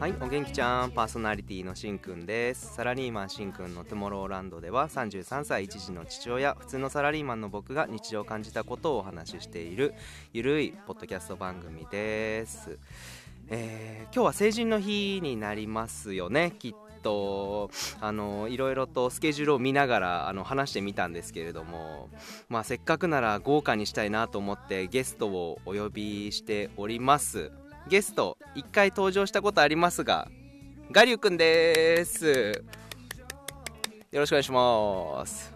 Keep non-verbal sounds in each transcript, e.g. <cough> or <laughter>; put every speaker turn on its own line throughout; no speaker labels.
はいお元気ちゃんパーソナリティのしんくんですサラリーマンしんくんのトゥモローランドでは33歳一児の父親普通のサラリーマンの僕が日常を感じたことをお話ししているゆるいポッドキャスト番組ですえー今日は成人の日になりますよねきっとあのいろいろとスケジュールを見ながらあの話してみたんですけれども、まあ、せっかくなら豪華にしたいなと思ってゲストをお呼びしておりますゲスト1回登場したことありますがガリュウくんですよろしくお願いします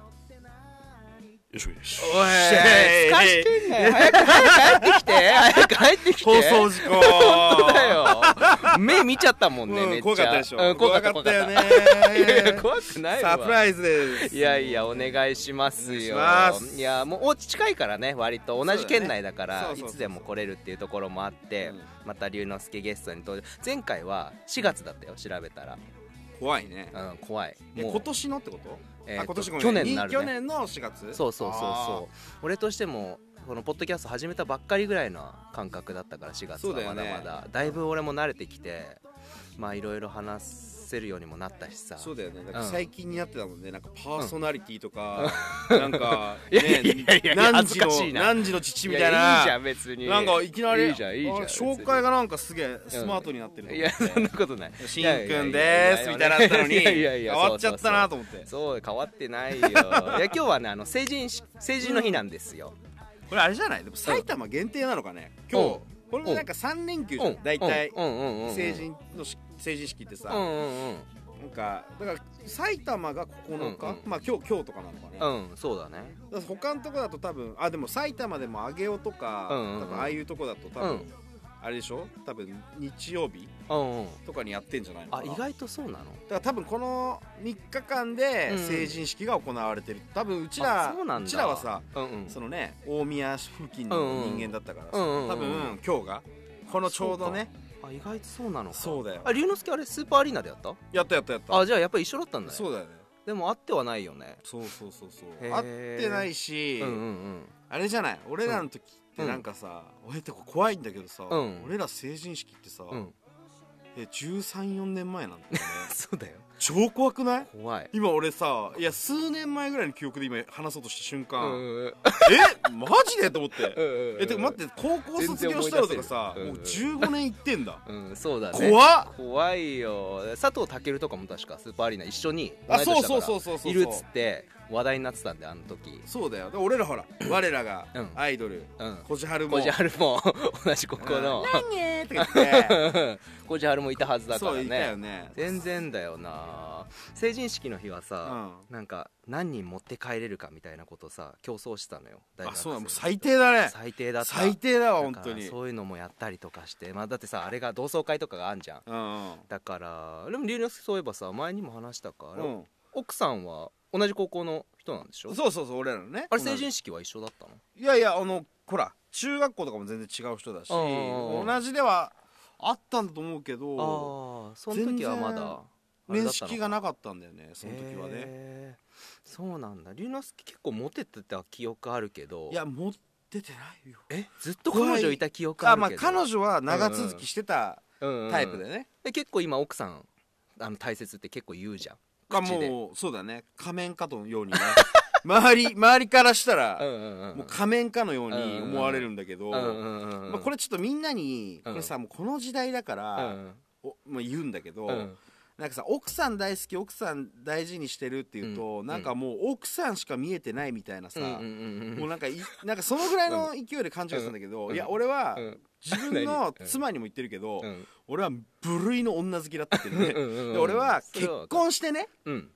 よしこいです。
おい
は
貸してんね早く早く帰ってきて早く帰ってきて
<laughs> 放送事故。
本当だよ目見ちゃったもんね、
う
めっ
ん、
ちゃ
怖かったでしょ。
うん、怖かった
よね
怖かったいやいや。 <laughs> 怖くないわ
サプライズです。
いやいやお願いしますよ
お願いします
いやもうお家近いからね割と同じ県内だから
そうだねそうそうそう
いつでも来れるっていうところもあって、
うん
また龍之介ゲストに登場前回は4月だったよ調べたら、
怖いね。
うん、怖い
え
もう
今年のってこと？
えー
あ今年ごめん
去年になる、ね、
去年の4月？
そうそうそう
あ
そう俺としてもこのポッドキャスト始めたばっかりぐらいの感覚だったから4月
そう
は
だよ
まだ
ね
まだだ,、いぶ俺も慣れてきてまあいろいろ話せるようにもなったしさ
ー。そうだよね。なんか
うん
最近になってたもんね。なんかパーソナリティとか、なんか
<laughs> いやいやいやい
ね
や
何
恥
時
ずかし
の
いな
何時の父み
い
たい
やいいじゃ
な。
ん別に
なんかいきなり
いいじゃんいいじゃん
あ紹介がなんかすげえスマートになってると
い
思
や
って。
そんなことない
しんくんですみたいなのあったのに
<laughs> いやいやいや
変わっちゃったな
と
と思って
そう変わってないよい
<laughs>
や今日はねあの成人し成人の日なんですよ
これあれじゃないでも埼玉限定なのかね今
うん
日これもなんか3連休じゃん大体
うんうんうんうん
成人のし成人式ってさ
うん
な
うん
んかだから埼玉が9
うん
日
うん
まあ今日今日とかなのかねだ
う
か
んうんそうだね
ら他のとこだと多分あでも埼玉でも上尾とか
うんうんうん
多分ああいうとこだと多
う
分
ん
あれでしょ多分日曜日
うんうん
とかにやってんじゃないの
あ
かな
意外とそうなの
だから多分この3日間で成人式が行われてる多分うち
あ
ら
そうなん
う
だ
ちらはさ
うんうん
そのね大宮付近の人間だったからさ、
うんうんうんうん
多分今日がこのちょうどね
あ意外とそうなのか
そうだよ
あ龍之介あれスーパーアリーナでやった
やったやったやった
あじゃあやっぱり一緒だったんだ
そ
よ
うだよね
でもあってはないよね
そうそうそうそう
へー
会ってないし、
うんうん
あれじゃない俺らの時ってなんかさ、俺って怖いんだけどさ、
うん
俺ら成人式ってさ、
うん <laughs> うん
え134年前なんだよね <laughs>
そうだよ
超怖くない
怖い
今俺さいや数年前ぐらいの記憶で今話そうとした瞬
う
間、
んうん
えマジでと思って、
うん
えてか待って高校卒業したらとかさ、
全然
もう
思い出せる
15年行ってんだ
うんそうだね
怖っ
怖いよ佐藤健とかも確かスーパーアリーナ一緒に
あそうそ
同
うそ
いう
そう
年だ
そう
からいるっつって話題になってたんであの時
そうだよだから俺らほら我らが
うん
アイドル、
うん
こじはるも
小じはるも <laughs> 同じ高校の
何げーとか言
<laughs>
って
小じはるもいたはずだか
そ
ら
ういたよ
ね
ね
全然だよな成人式の日はさなんか何人持って帰れるかみたいなことさ競争してたのよ大
あ
学生
そうなの最低だね
最低だった
最低だわ
だ
本
から
当にうん
そういうのもやったりとかしてまあだってさあれが同窓会とかがあんじゃん
うん
だからでも龍之介そういえばさ前にも話したか
う
ら
ん
奥さんは同じ高校の人なんでしょ
そうそうそう俺らのね
あれ成人式は一緒だったの
いやいやあのほら中学校とかも全然違う人だし
うんうんうん
同じではあったんだと思うけど
ああその時はまだあれだっ
面
たのか
識がなかったんだよねその時はね
へーそうなんだ龍之介結構モテてた記憶あるけど
いや持っててないよ
えずっと彼女いた記憶あ
あ
る
まあ
けど
彼女は長続きしてたタ
タ
イプだよね
結構今奥さんあの大切って結構言うじゃん
が
口で
もうそうだね仮面かとのよう
<laughs>
にね周り周りからした
う
ら、
んうんうん
もう仮面かのように思われるんだけど、
うんうんうんうん
まあ、これちょっとみんなに、
うん
これさもうこの時代だか
う
ら、
ん
おまあ、言うんだけど、
うん
なんかさ奥さん大好き奥さん大事にしてるっていうと、
うん
なんかもう奥さんしか見えてないみたいなさ、
うんうんうんうん
もうなんかいなんかそのぐらいの勢いで勘違いするんだけど、いや俺は
うん
自分の妻にも言ってるけど、
うん
俺は部類の女好きだって言ってるね
うんうんうん
で俺は
それ
結
はわかる
婚してね <laughs>
うん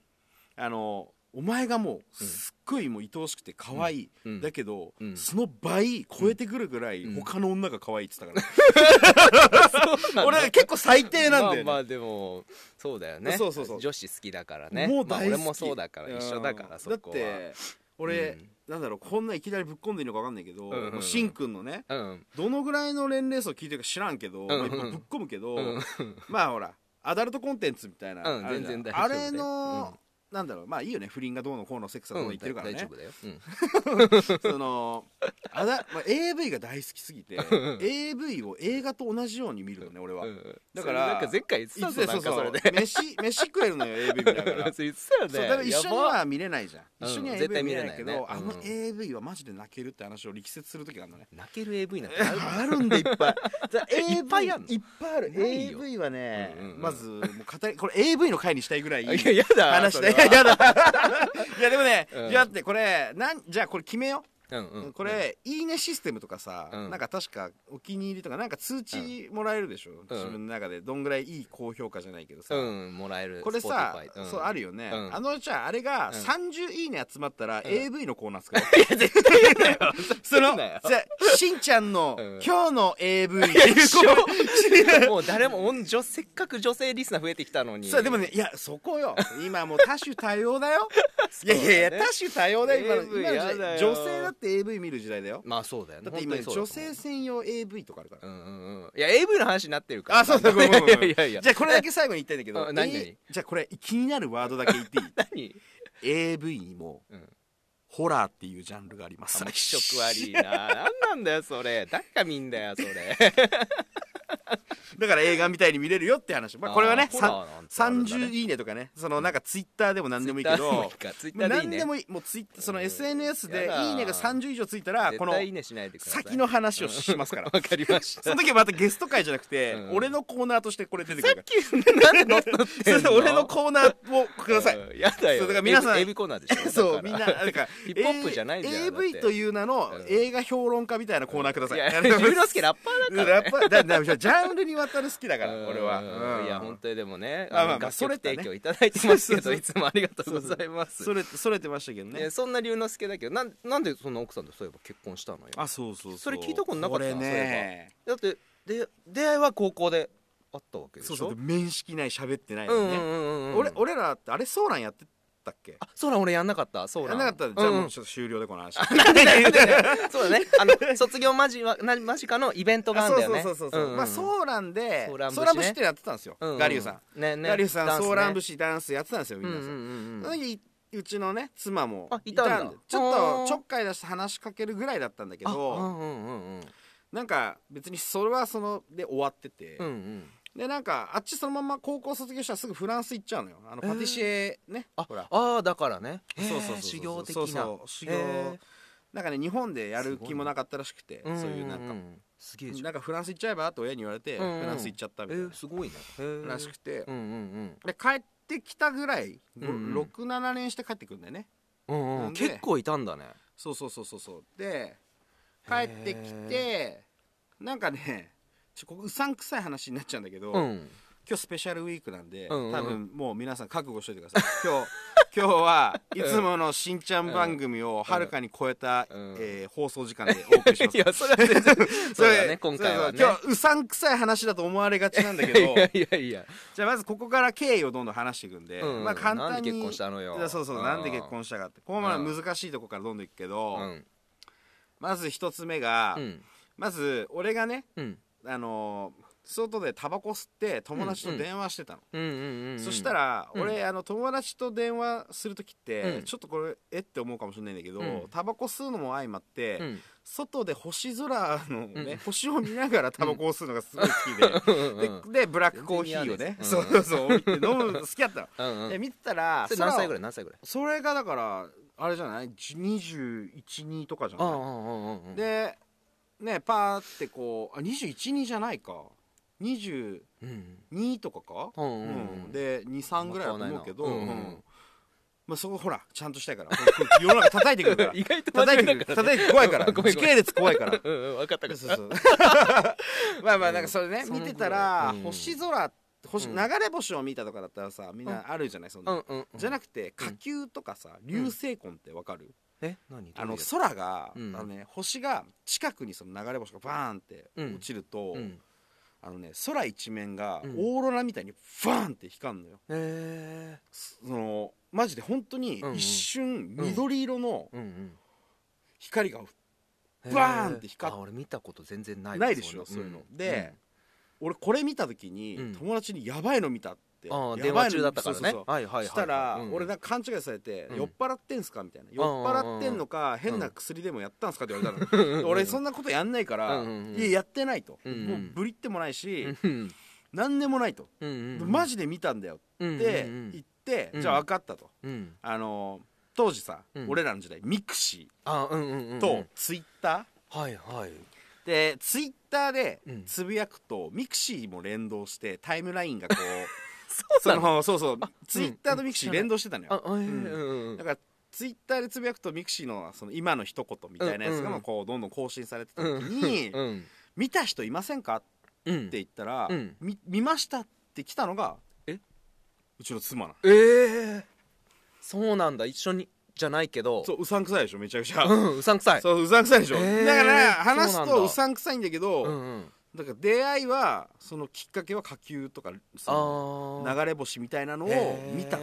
あのお前がもうすっごいもう愛おしくて可愛い、
うんうん
だけど、
うん
その倍超えてくるぐらい
うん
他の女が可愛いって言ってた
そうな
から、
んだ
俺結構最低なんだよね、
まあまあでもそうだよね
そうそうそう
女子好きだからね
もう大好き、
まあ俺もそうだから一緒だか
う
ら
ん
そこは
だって俺、なんだろうこんないきなりぶっ込んでいいのか分かんないけど、
うんうんうん
もうしんくんのね
うん
どのぐらいの年齢層聞いてるか知らんけど、
うんうん
まあぶっ込むけど、
うん
まあほらアダルトコンテンツみたいな、
うん
あれじゃ
全然大丈
あ
夫だよ
れの、なんだろうまあいいよね不倫がどうのこうのセックスがどうの言ってるからね
大丈、夫だよ、
そのあだ、まあ、AV が大好きすぎて
ん
AV を映画と同じように見るのね俺は、だから
なんか前回言って
い
た
つ
ぞ
で
なんかそれで
飯飯食えるのよ AV 見なが
<laughs>
ら
そう言って
<laughs> そ
たよ
う
ね
だから一緒に
やば
は見れないじゃん
うん
一緒には
絶対
AV
見
見
れ
れ
ない
ないけど、あの
うん
AV はマジで泣けるって話を力説する時があるのね
泣ける AV なんてある
<laughs> あるんでいっぱい
AV
いっぱいある
い
いっぱいある
ないよ
AV はね、
うんうんうん
まずもう語りこれ AV の回にしたいぐらい
いややだ
話したい
それは
ややだいやでもね、
うん
じゃあってこれなんじゃあこれ決めよ
うん
う、
うん
これ、いいねシステムとかさ、
うん
なんか確かお気に入りとかなんか通知もらえるでしょ、自分の中でどんぐらいいい高評価じゃないけどさ、
うんもらえる
これさ、
Spotify ん
そうあるよね、
うん
あのじゃああれが
うん
30いいね集まった
ん
ら、AV のコーナー
<laughs>
作ろういや絶対だよ <laughs> その
絶対だよ
じゃあしんちゃんの、
うん
今日の AV っていうコーナ
<laughs>
ー
もう誰もおん女せっかく女性リスナー増えてきたのに
<laughs> そうでもねいやそこよ今もう多種多様だよいやいやい
<laughs> そ
や
うだね
多種多様だよ今の
AV
今の時
やだ
代
よ
女性だって AV 見る時代だよ
まあそうだよね
だって今
本当に
女
そうだ
性専用 AV とかあるから
と思ううんうんうんいや AV の話になってるから
あそうだごめんごめん
い
ご
や
めん
いやいや
じゃあこれだけ最後に言いたいんだけど
あ何々
えじゃあこれ気になるワードだけ言っていい
何
AV にも、
うん
ホラーっていうジャンルがあります
あもう気色悪いな何なんだよそれ誰が見んだよそれ
だから映画みたいに見れるよって話、まあ、これはね
あーホラーなんてあるんだね
30いいねとかねそのなんかツイッターでも <laughs> 何でもいいけどもう
ツイッターでいい
何
ね
でもいいもうツイッその SNS
や
で
だー
いいねが30以上ついたらこ
絶
の
対いいねしないでください
先の話をしますから
わかりました
その時はまたゲスト会じゃなくて
うん
俺のコーナーとしてこれ出てくる
な
から
んで乗っ取っ
そ
て
れ
ん
で
の
俺のコーナーをください
うんやだよ
そうだから皆さん
AV AV コーナーでしょ
そ
だ
う
か
み
ら <laughs>
んななんか
ヒップホップじゃないじゃん
A-
だって
AV という名の
うん
映画評論家みたいなコーナーください
いや龍之介ラッパーだから
ラッパーだだジャンルにわたる好きだから俺は
う
うんん
いや本当にでもね
あまあま
あ
あ
の楽
そ
曲
れってね
提供いただいてますけ
そうそ
ど
うそう
いつもありがとうございます
それそれてましたけどね
ねそんな龍之介だけどなんなんでそんな奥さんとそういえば結婚したのよ
あそうそうう
それ聞いたことなかったな
これね
だってで出会いは高校であったわけでし
そ
ょ
うそうで面識ない喋ってない
うんうん
の
う
ね
んうん
俺俺らってあれソーランやってたっけ
あそうなん俺やんなかったそう
や
なんん
なかったらじゃあもうちょっと終了でこの話
<laughs> なんでだよなんで
<laughs>
だよ <laughs> そうだねあの卒業間近な間近のイベントがあるんだよね
そうそうそうそう、
んん
まあソーランで
ソー
ソー
ラ
ラ
ン
ン
節ね
節ってやってたんですよ、
うう
ガリュウさん、
ねね
ガリュウさん、
ダスね
ソーラン節ダンスやってたんですよみ
うんん
な
う
さ
ん
ん、そ
うん
の
うん
時うちのね妻も
あいたんだ
でちょっ
あー
とちょっかい出して話しかけるぐらいだったんだけ
あう
ど
んうんうんうん
なんか別にそれはそので終わってて、
うんうん
でなんかあっちそのまま高校卒業したらすぐフランス行っちゃうのよあのパティシエね、
あ
ほら
ああだからね
そうそうそ
へ
うそう
ー修行的
そう
な
そう修行、
へー
なんかね日本でやる気もなかったらしくてそういうなんか、
んすげえじゃ
なんんかフランス行っちゃえばって親に言われて、
うんうん
フランス行っちゃったみ
え
たいな、
ーすごいねへー
らしくて、
うんうん
で帰ってきたぐらい、
うんうん
67年して帰ってくるんだよね
うんうんう
なんんで
結構いたんだね
そうそうそうそうそうで帰ってきてなんかねちょここうさんくさい話になっちゃうんだけ
う
ど、今
ん
日スペシャルウィークなんで、
うんうん
多分もう皆さん覚悟しといてください今日 <laughs> 今日はいつものしんちゃん番組をはるかに超えた、
うん
えー放送時間でお送りしま
<laughs>
す
いやそれは全然そうだね
れ
今回はね
そうそう今日うさんくさい話だと思われがちなんだけ
<laughs>
ど
いやいやいや
じゃあまずここから経緯をどんどん話していくんで、
うんうん
まあ簡
な
単
んで
に
結婚したのよ
いやそうそうなんで結婚したかってここま
う
で
ん
難しいとこからどんどんいくけど、
うん
まず一つ目が、
うん
まず俺がね
うん
あのー外でタバコ吸って友達と電話してたの、
うんうんうん
そしたら
うん
俺、あの友達と電話する時っ
う
て、
ん
ちょっとこれえって思うかもしれないんだけど、
うん
タバコ吸うのも相まって、
うん
外で星空のね、
うん
星を見ながらタバコを吸うのがすごい好きで。
うんう
で
ん
でブラックコーヒー
全
をね、
然嫌です
そ
うん
うそうそう見て飲むの好きだったの、
うんう
で
ん
見てたら
それ何
空を
歳ぐらい何歳ぐらい
それがだからあれじゃない212とかじゃ
ああ
な
ああああ
いでねパーってこうあ212じゃないか22
うん
とかか、
うん
う
うんんうん
で23ぐらいだと思うけど、
まあ
う
変わ
ん
らないなうん
まあ、そこほらちゃんとしたいから世の中叩いてく
<laughs>
るから
意外と真
叩い
面目
て
だ
く
から
る
ね
叩いて怖いから
ごめんごめん
時系列怖いから
うんうん分かったか <laughs>
そうそうまあまあなんかそれね、
うん
見てたら、
そのぐらいうん
星空星
うん
流れ星を見たとかだったらさみんなあるじゃないそんな、
うんうんうん
じゃなくて火球とかさ流星痕ってわかる、
え何
あの空が、
うん
あのね、星が近くにその流れ星がバーンって
うん
落ちると、
うん
あのね、空一面が
うん
オーロラみたいにファーンって光るのよ、
え
そのマジで本当に
うんうん
一瞬緑色の
ーうん
光が、
うん
バーンって光っ
あ俺見たこと全然ないわ
ないでしょそういうので、俺これ見た時に、
うん
友達に「やばいの見た」ってって
ああ
や
電
ばい
話中
の
だったから
そう
ね
そうそう
はいはいはい
したら、
うん
俺なんか勘違いされて、
うん
酔っ払ってんすかみたいな酔っ払ってんのか、変な薬でもやったんすかって言われたの、で俺そんなことやんないから、
うんうんうん
いややってないと、
うんうん
もうぶりってもないし、
うんうん
何でもないと、
うんうん
マジで見たんだよ
うん
って
うんうん
言って、
うん
じゃあ分かったと、
うん
あのー当時さ、
うん
俺らの時代ミクシ
あうんうんうん
ーとツイッター、
はいはい
でツイッターで
うん
つぶやくと、ミクシーも連動してタイムラインがこう
<laughs> そう
そ
なの
のそうそうツイッターとミクシー連動してたのよ、
あうん
ん
うん
だからツイッターでつぶやくとミクシーのその今の一言みたいなやつが
うんうん
もうこうどんどん更新されてた時に「
うん
見た人いませんか?」
う
っ
ん
て言ったら「
うん
み見ました」って来たのが
え
うちの妻なの
ええそうなんだ一緒にじゃないけど
そううさんくさいでしょめちゃくちゃ、
うんうさんくさい
そううさんくさいでしょ、
へー
だから話す
そうなん
と
だ
うさんくさいんだけど、
うんうん
だから出会いはそのきっかけは下級とかその
ああ
流れ星みたいなのを見た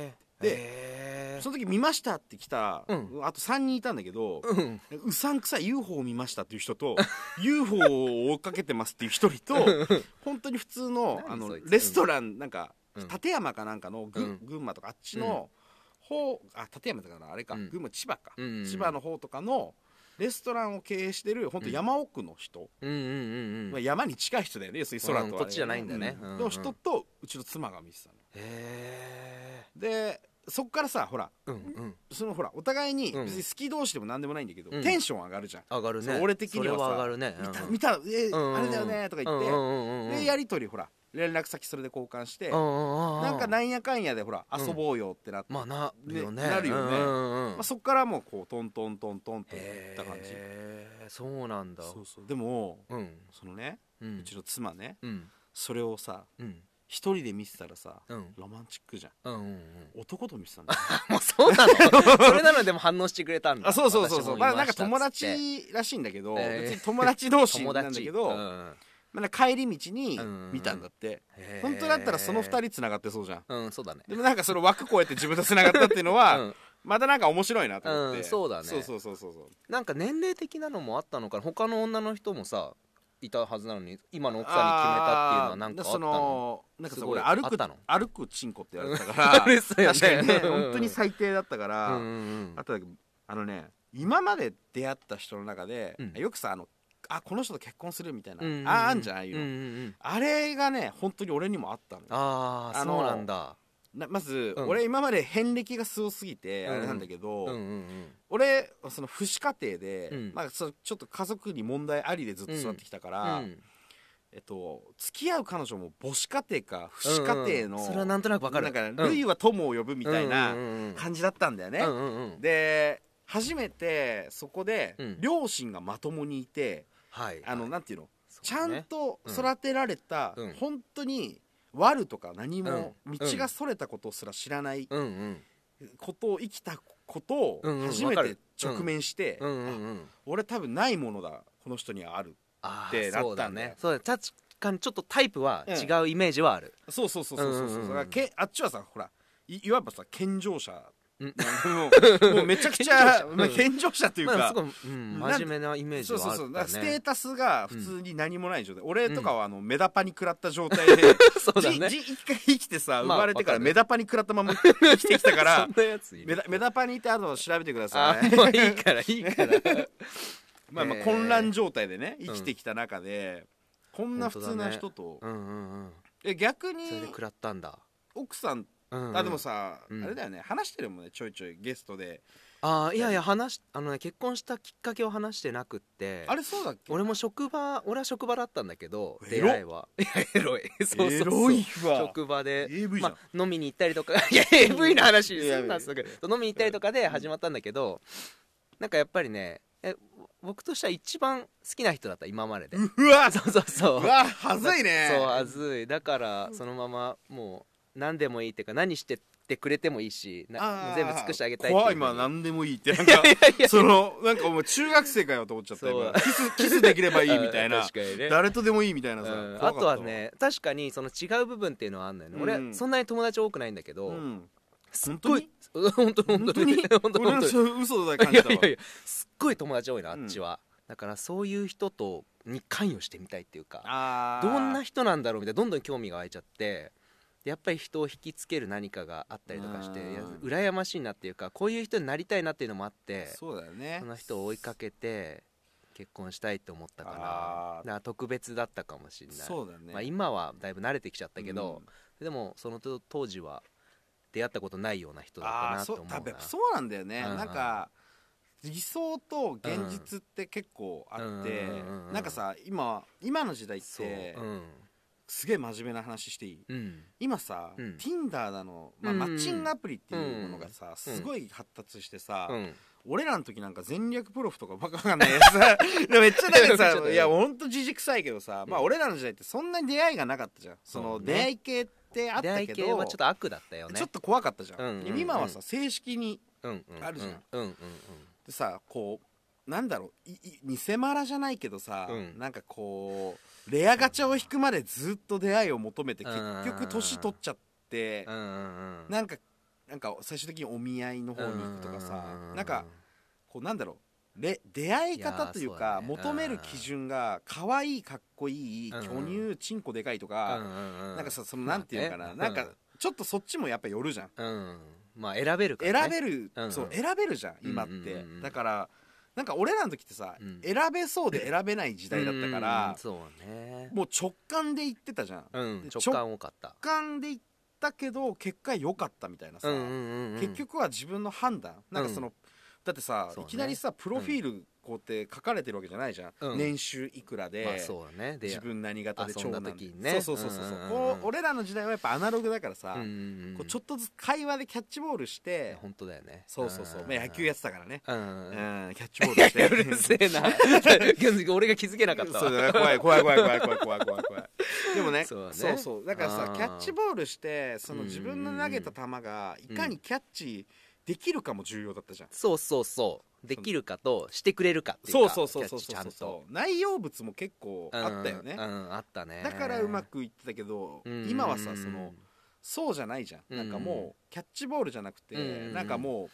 で
その時見ましたって来た、
うん
あと3人いたんだけど、
うん
うさんくさい UFO を見ましたっていう
<laughs>
人と UFO を追っかけてますっていう一人と本当に普通の
何
あの
そいつ
レストランなんか、
うん
立山かなんかのぐ、
うん
群馬とかあっちの方、あ立山だからあれか、
うん
群馬千葉か、
うんうん
千葉の方とかのレストランを経営してる本当山奥の人、
うんうんうん
ま
う
あ、
ん
山に近い人だよね要するに空とはね、
うんこっちじゃないんだよね
う
うんうん
の人とうちの妻が見てたのよ
へ
でそっからさほら
ーうんうん
そのほらお互いに
うん
別に好き同士でも何でもないんだけど、
うん
テンション上がるじゃん
上がる
そ
ね
う俺的にはさ
それは上がるね
見た
うん
見たえー
うんうん
あれだよねとか言って、
っ
でやり取りほら連絡先それで交換して、な
なん
かなんやかんやでほら
うん
遊ぼうよってなって、
まあなるよね
ねなるよね
うんうんうん
まあ、そっからもうこうトントントントンってい
へ
った感じ
えそうなんだ
そうそうでも
うん
そのね
うん
うちの妻ね
うん
それをさ
うん
一人で見てたらさ
うん
ロマンチックじゃ
うん
<laughs>
うんうん
ん男と見てたんだよ
もうそうなのそ <laughs> れなのにでも反応してくれたんだ
あそうそうそうそ
私も
うま
見
あなん
し
か
たっつって
友達らしいんだけど、
えー
別に友達同士な
友
んだ
達
けど、
うんう
ま
ん
あなんか帰り道に
うんうんうん
見たんだって、
へー
本当だったらその二人つながってそうじゃん
うんそうだね
でもなんかその枠超えて自分とつながったっていうのは、
うん
またなんか面白いなと思って、
うんそうだね
そうそうそうそうそう
なんか年齢的なのもあったのかな他の女の人もさいたはずなのに今の奥さんに決めたっていうのはなんかあった
そ
の
のなんか
す
さ
ごい
俺歩
あっ
く
たの
歩くチンコって言われてたから
<laughs> うんそうだよね
確かにね
うん
本当に最低だったから、
うんうん
あとだけどあのね今まで出会った人の中で、
うん
よくさあのあこの人と結婚するみたいな、
うん
ああんじゃんああいう
うん
の、
うんうん
あれがね本当に俺にもあったのよ
ああ
あの
そうなんだ
なまず、
うん
俺今まで遍歴がすごすぎて
うん
あれなんだけど、
うんうん
俺その父子家庭で、
うん
まあ、そのちょっと家族に問題ありでずっと育ってきたか
う
ら、
んうん
えっと、付き合う彼女も母子家庭か父子家庭の、
うんうんそれはなんとなくわかる
なんかルイは友を呼ぶみたいな
感
感じだったんだよね、
うんうんうん
で初めてそこで
うん
両親がまともにいて、
はい
あのなんていうのち
そ
ゃ
うね
んと育てられた、
うん
本当に悪とか何も
うん
道がそれたことすら知らない
うんうん
ことを生きたことを
うんうん
初
わ
め
かる
て直面して、
うんうんうん
俺多分ないものだこの人にはある
あ
っ
ー
てなったんだよ
そうだねそうだ確かにちょっとタイプは違うイメージはある
そうそうそうそうそうそう,、
うんうんうん
だからけあっちはさほらいいわばさ健常者
うん
も <laughs> うもうめちゃくちゃ
健常者
まあ健常者っていう
ま
か、
あすごいうん
なん
真面目なイメージ
そう
は
そ
あ
う
る
そ
ん
う
だ
だからステー
ね
タスが普通に何もない状態、俺とかはあのメダパに食らった状態で、
そうだね
じじ一回生きてさ生
まあ
まれてから
わかる
メダパに食らったま <laughs> ま生きてきたから
<laughs>
<laughs>
そんなやつい
メ
る
ダメダパにってあるのを調べてくだ
あ
<laughs> さい
ーもういいからいいから
まあまあ
えー
混乱状態でね生きてきた中で、こんな普通な人と、
うんうんうん
え逆に
それで食らったんだ
奥さん
うんうん
あでもさ、
うん
あれだよね話してるもんねちょいちょいゲストで
あーいやいや話しあのね結婚したきっかけを話してなくって
あれそうだっけ
俺も職場俺は職場だったんだけど
エ
出
ロ
会いはいやエロい <laughs> そうそうそう
わ
職場で
AV じゃん
まあ、飲みに行ったりとか <laughs> いや AV の話
いや
すんなすぐ飲みに行ったりとかで始まったんだけど、なんかやっぱりねえ僕としては一番好きな人だった今までで
う
<laughs>
わ
そうそうそう
うわはずいね
そうあずいだからそのままもう何でもいいっていうか何してってくれてもいいしな
あー
全部尽くしてあげた <laughs> いっていう
怖い今
ふうに
何でもいいってなんかそのなんかお前中学生かよと思っちゃった
そう
今キスキスできればいいみたい
あー
な
<laughs> 確かにね
誰とでもいいみたいなさ
うん
怖か
あ
ったわ
とはね確かにその違う部分っていうのはあんのよね、
う
俺
ん
そんなに友達多くないんだけど、
うん
すっごい <laughs> 本当
本
本
当
当に
に
本当
俺
本
の
当
そう嘘だ感
い
じ
や
たわ
いやいやすっごい友達多いのあっちは、だからそういう人とに関与してみたいっていうか
あー
どんな人なんだろうみたいなどんどん興味が湧いちゃってでやっぱり人を引きつける何かがあったりとかして
うん
いや羨ましいなっていうかこういう人になりたいなっていうのもあって
そうだよね
その人を追いかけて結婚したいって思ったから
あー
だから特別だったかもしれない、
そうだね、
まあ、今はだいぶ慣れてきちゃったけど、でもその当当時は出会ったことないような人だった
あ
な
ー
と
そ
思
う
う
多
な
分そうなんだよね、
うんうん
なんか理想と現実って結構あって、
うんうんうんうん
なんかさ今今の時代っ
そう
て、
うん
すげえ真面目な話していい
うん
今さ、
うん
Tinder だの、まあ
うん
マ
うん
ッチングアプリっていうものがさ、すごい発達してさ、
うん
俺らの時なんか戦略プロフとかバカわかんないやつさ
<laughs>
でもめっちゃなんか
めっちゃだよ
さ
ね
いやほんとじじくさいけどさ、まあ
うん
俺らの時代ってそんなに出会いがなかったじゃんそ
そ
の
うね
出会い系ってあっ
出
た
会
け
い
ど
系はちょっと悪だったよね
ちょっと怖かったじゃん,、
うんうんうん
今はさ正式に
うんうんうん
あるじゃん
うんうん
でさこうなんだろういい偽マラじゃないけどさ、
うん
なんかこうレアガチャを引くまでずっと出会いを求めて
うん
結局年取っちゃって
うんうんうん
なんかなんか最終的にお見合いの方に行くとかさ
う
なんかこうなんだろうれ出会い方というか
いやーそうだね
求める基準が可愛いかっこいい
うん
巨乳ちんこでかいとかな
なん
かさそのなんていうのかな
まあ
な
ね
んかちょっとそっちもやっぱ寄るじゃん
うんまあ選べるか
選
らね
べる、
うんうん
そう選べるじゃん今って、
うんうんうんうん
だからなんか俺らの時ってさ、
うん
選べそうで選べない時代だったか
うんう
ら
ん、そうね
もう直感で言ってたじゃん、直
うん
で
直感多かった
感で言ったけど結果良かったみたいなさ、
うんうんうんうん
結局は自分の判断なんかその、だってさ、
そうね
いきなりさプロフィールこうやって書かれてるわけじゃないじゃん、
うん
年収いくらで、
まあそうだねで
自分何型で
あ
長男
そんな時にね
そうそうそうそ
う
う,、
んうんうんうん
こう俺らの時代はやっぱアナログだからさ、こうちょ
っ
っとずつ会話でキャッチボールして、
本当だよね
そうそうそう、まあ、野球やってたからね、
う
うん <laughs> ん、キャッチボールして
うるせえな <laughs> 俺が気づけなかった
そう
わ
だね怖い怖い怖い怖い怖い怖い怖い怖いでも
<laughs>
ね
そうだね
そうそうだから
あ
さ
ー
キャッチボールしてその自分の投げた球がいかにキャッチできるかも重要だったじゃん
そうそうそうできるかとしてくれるかってい
そう
か
そうそう
キ
そ
ャ
う
ッチち
そ
ゃ
うんそ
と
う内容物も結構あったよね
うんうんあったね
だからうまくいってたけど
うん
今はさそのそうじゃないじゃんなんか
うん
もうキャッチボールじゃなくて
うん
なんかも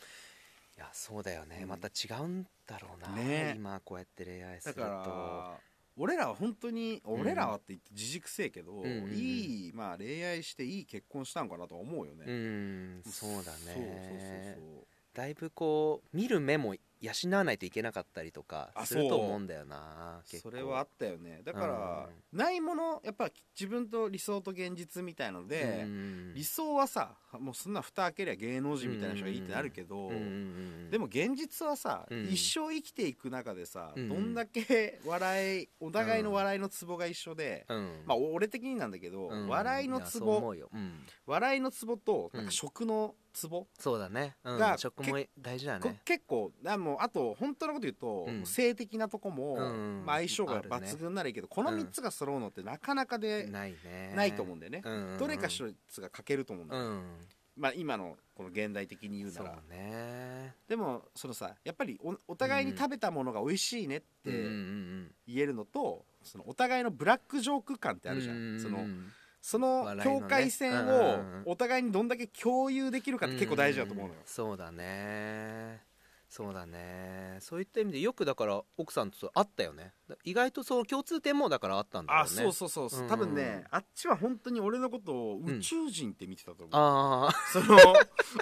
いやそうだよね、
うん
また違うんだろうな、
ね
今こうやって恋愛
う
す
だ
ると
から俺らは本当に俺らはって言って自軸せえけど
んうんうん
いいまあ恋愛していい結婚したんかなとは思うよね
うんそうだ
そうそう
ね
そうそう
だいぶこう見る目も養わないといけなかったりとか
あ
すると
そう
思うんだよな結
そ
構
れはあったよねだから、
う
ないものやっぱ自分と理想と現実みたいので、
うん
理想はさもうそんな蓋開けりゃ芸能人みたいな人がいいってなるけど、
うんうんうん
でも現実はさ、
うん
一生生きていく中でさ、
うん
どんだけ笑いお互いの笑いのツボが一緒で、
うん
まあお俺的になんだけど、
うん
笑いの
やそ
ツ
う思
ボ
うよ、うん
笑いのツボと
うん
なんか食のツボ、
そうだね、うん
が、
食も大事だ
こ
ね
結構あもうあと本当のこと言うと、
うん
性的なとこも、
うん
まあ、相性が
あるね
抜群ならいいけど、この3つが揃うのってなかなかで
ないね
ないと思うんんだよね、
うんうんうん
どれか一つが欠けると思うんだ
う
よ、
ん
まあ、今のこの現代的に言うな
そう
ら
ね
でもそのさやっぱりおお互いに食べたものが美味しいねっ
うんうん
て言えるのと、そのお互いのブラックジョーク感ってあるじゃん、
うん
そ
うん
の
うん
その
笑いのね
境界線
うん
を
うんうん
お互いにどんだけ共有できるかって結構大事だと思うのよ
ん、そうだねそうだねそういった意味でよくだから奥さんと会ったよねだ意外とその共通点もだからあったんだよね
あそうそうそうそう、
うん
多分ねあっちは本当に俺のことを
ん
宇宙人って見てたと思う、
ああ <laughs>
その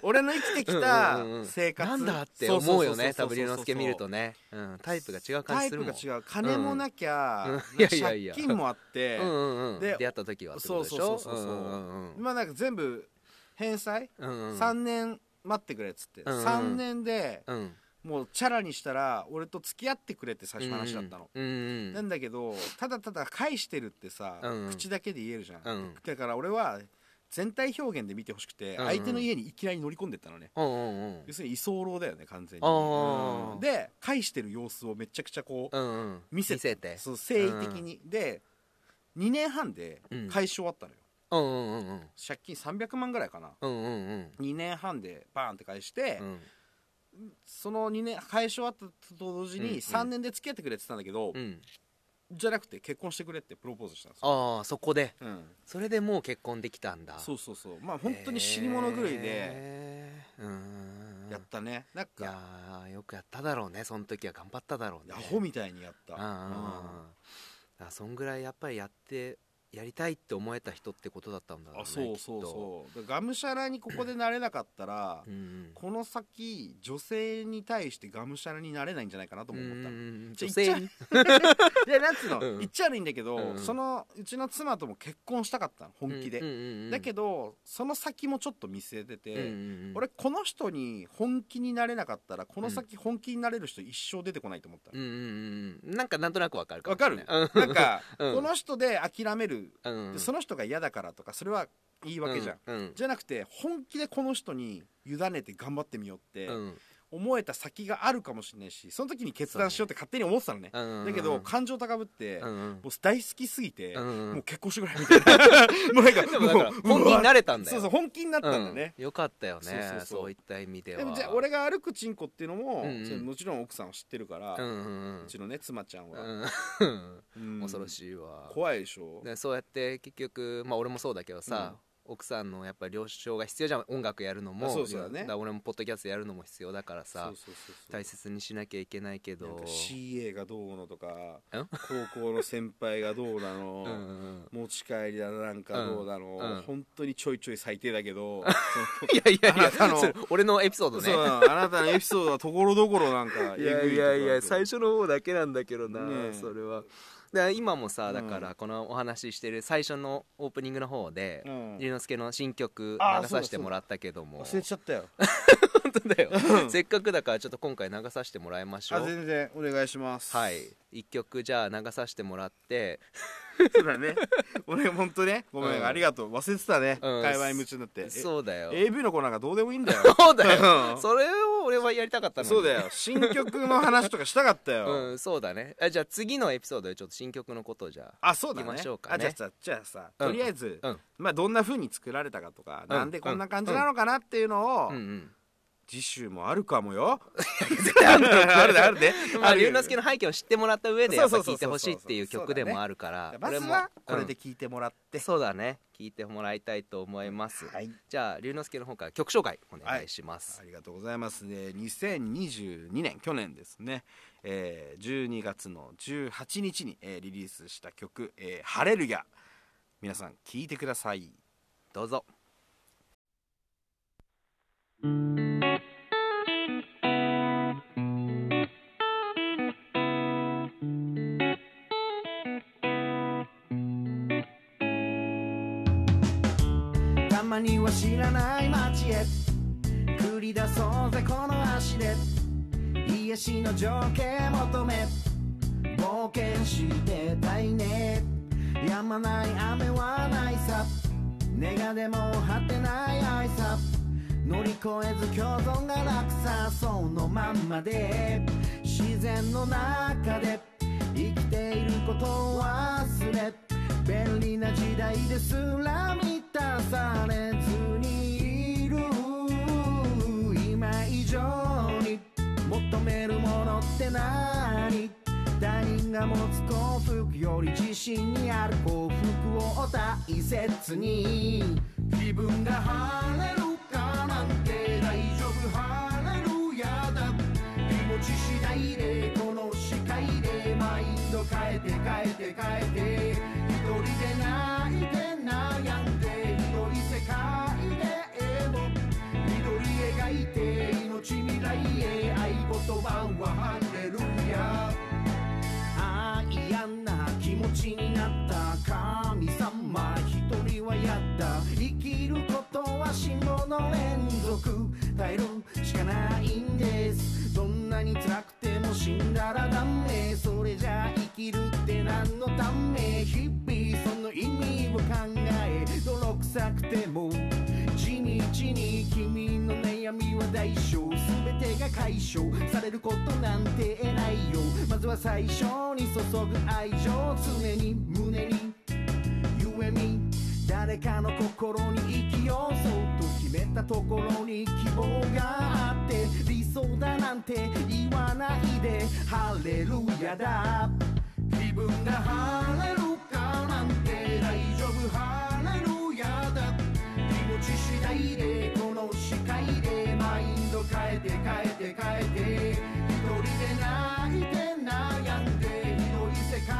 俺の生きてきた
うんうんうん
生活
なんだって思うよね
そ
多分
そそ
龍
そ
之介見るとね、うん、タイプが違う感
タ
じ
イ
する
プ
もん
が違う金もなきゃ、
うん
なんか
いやいやいや
借金もあって、
うんうんうん、
で
出会った時はってことでしょ
そうそうそうそうそうん
うんうん
まあなんか全部返済、
うんうん
3年待ってくれっつって、
うんうん
3年で
うん
もうチャラにしたら俺と付き合ってくれって最初の話だったの、
うんうん
なんだけどただただ返してるってさ、
うんうん
口だけで言えるじゃん、
うんうん
だから俺は全体表現で見てほしくて、
うんうん
相手の家にいきなり乗り込んでったのね
うんうんうん
要するに居候だよね完全に、
あー
うんで返してる様子をめちゃくちゃこう、
うんうん
見せ
見せて
そう誠意的に、で2年半で
うん
返し終わったのよ、
うんうんうんうん
借金300万ぐらいかな
うんうんうん
2年半でバーンって返して、
うん
その2年返し終わったと同時
うんうん
に3年で付き合ってくれって言ったんだけど、
うん
じゃなくて結婚してくれってプロポーズしたんですよ、
ああそこで
うん、
それでもう結婚できたんだ
そうそうそうまあ本当に死に物狂いで
へーうんうんうん
やったねなん
い
か
やーよくやっただろうねその時は頑張っただろうね
アホみたいにやった、
うんうんうんうんあそんぐらいやっぱりやってやりたいって思えた人ってことだったんだろうね
あそうそう
う
そうだからがむしゃらにここでなれなかったら、
ん
この先女性に対してがむしゃらになれないんじゃないかなと
うん
も思った
うんうんうん
じゃ
女
あ
性に
いやなんつうの、
うん
言っちゃ悪いんだけど、
うん
そのうちの妻とも結婚したかったの本気で、だけ
ど、
どその先もちょっと見据えてて、
うんうんうん
俺この人に本気になれなかったらこの先本気になれる人一生出てこないと思った
うんうんうんうんなんかなんとなくわかるかも
わかる
うん
なんか、
うん
この人で諦める、
うんうん
でその人が嫌だからとかそれは言い訳じゃん、
うんうん
じゃなくて本気でこの人に委ねて頑張ってみようって
うん
思えた先があるかもしれないしその時に決断しようって勝手に思ってたのね
うんうんうん
だけど感情高ぶって、
うんうん
もう大好きすぎて、
うんうん
もう結婚してくれみたいな <laughs> もうなんか
でもだから
もう
本気になれたんだよ
そうそう本気になったんだよね、
うんよかったよね
そうそうそう
そういった意味では
でもじゃあ俺が歩くチンコっていうのも、
うんうん
それもちろん奥さんを知ってるから、
う
うん
うん
ちのね妻ちゃん
う
は、
んうん
うん
恐ろしいわ
怖いでしょ
でそうやって結局まあ俺もそうだけどさ、奥さんのやっぱり了承が必要じゃん音楽やるのも
あそうそうだね
から俺もポッドキャストやるのも必要だから
そ
さ
うそうそうそう
大切にしなきゃいけないけ
な
ど
んか CA がどうのとか
ん
高校の先輩がどうな
うんう
の
ん
持ち帰りだなんかどうなの、
うんうん
本当にちょいちょい最低だけど
いやいやい
あなた
や <laughs>
の
それ俺のエピソード
そう
ね
そうあなたのエピソードはところどころなんか
<laughs>
え
い
ぐいとこあ
や
るけ
い
ど
やいや最初の方だけなんだけどな、
ねえ
それはで今も
う
さ
ん
だからこのお話ししてる最初のオープニングの方で
うん
龍之介の新曲
あ
流
そう
さ
だ
せてもらったけども
忘れちゃったよ <laughs>
本当だよ
うん
せっかくだからちょっと今回流させてもらいましょ
あ
う
全然お願いします
はい一曲じゃあ流させてもらって
そうだね俺本当ねごめん、
うん
ありがとう忘れてたね、
うん
会話に夢中になって
そうだよ
え AV の子なんかどうでもいい
<laughs>
んだよ
そうだよ
うん
それを俺はやりたかったのに
そうだよ新曲の話とかしたかったよ、
うんそうだねあじゃあ次のエピソードでちょっと新曲のことをじゃあ
あそうだね
行きましょうかね
あじゃあじゃあさ
うん
とりあえず、
うん
まあ、どんな風に作られたかとか、
うん
なんでこんな感じなのかなっていうのを、
うんうん
次週もあるかもよ
絶対あるだろ
<laughs> あるであるで
まあ、
ある
龍
よ
之介の背景を知ってもらった上でやっぱ
そうそ
聴
うそうそう
いてほしいっていう曲でもあるから
まず
俺も
はこれで聞いてもらっ
うん
て、
そうだね聴いてもらいたいと思います、
はい
じゃあ龍之介の方から曲紹介お願いします
ありがとうございますね2022年去年ですね、えー12月の18日に、えーリリースした曲「えー、ハレルヤ」皆さん聴いてください
どうぞ
たまには知らない街へ繰り出そうぜこの足で癒しの情景求め冒険してたいね止まない雨はないさネガでも果てない愛さ乗り越えず共存が楽さそのまんまで自然の中で生きていることを忘れ便利な時代ですら満たされずにいる今以上に求めるものって何他人が持つ幸福より自信にある幸福を大切に自分が晴れるかなんて大丈夫晴れるやだ気持ち次第でこの視界でマインド変えて変えて変えて一人で泣いて悩んで広い世界でも緑描いて命未来へ合言葉はハレルヤああ嫌な気持ちになった神様一人はやった生きることは死後の連続耐えるしかないんですどんなに辛くても死んだらダメそれじゃ生きるって何のため日々その意味を考え泥臭くても地道に君の悩みは大消全てが解消されることなんてないよまずは最初に注ぐ愛情常に胸にゆえに誰かの心に生きようそうと決めたところに希望があって理想だなんて言わないでハレルヤだ自分がハレルかなんて大丈夫ハレルヤだ気持ち次第でこの視界でマインド変えて変えて変えて一人で泣いて悩んで広い世界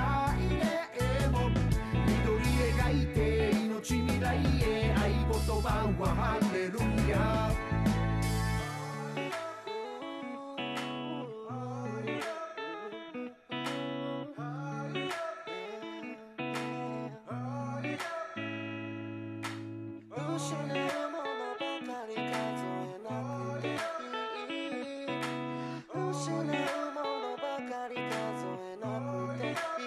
でも緑描い晩はハレルヤ
失うものばかり数えなくていい失うものばかり数えなく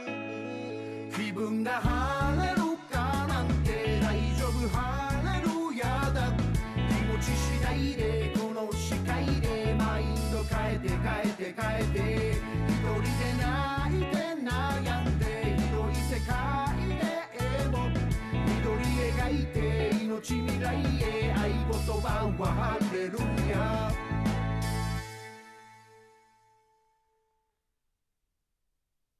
ていい
気分が晴れるかなんて大丈夫晴れるやだ気持ち次第でこの視界でマインド変えて変えて変えて一人で泣いて悩んで広い世界で絵を緑描いて命未来へ合言葉は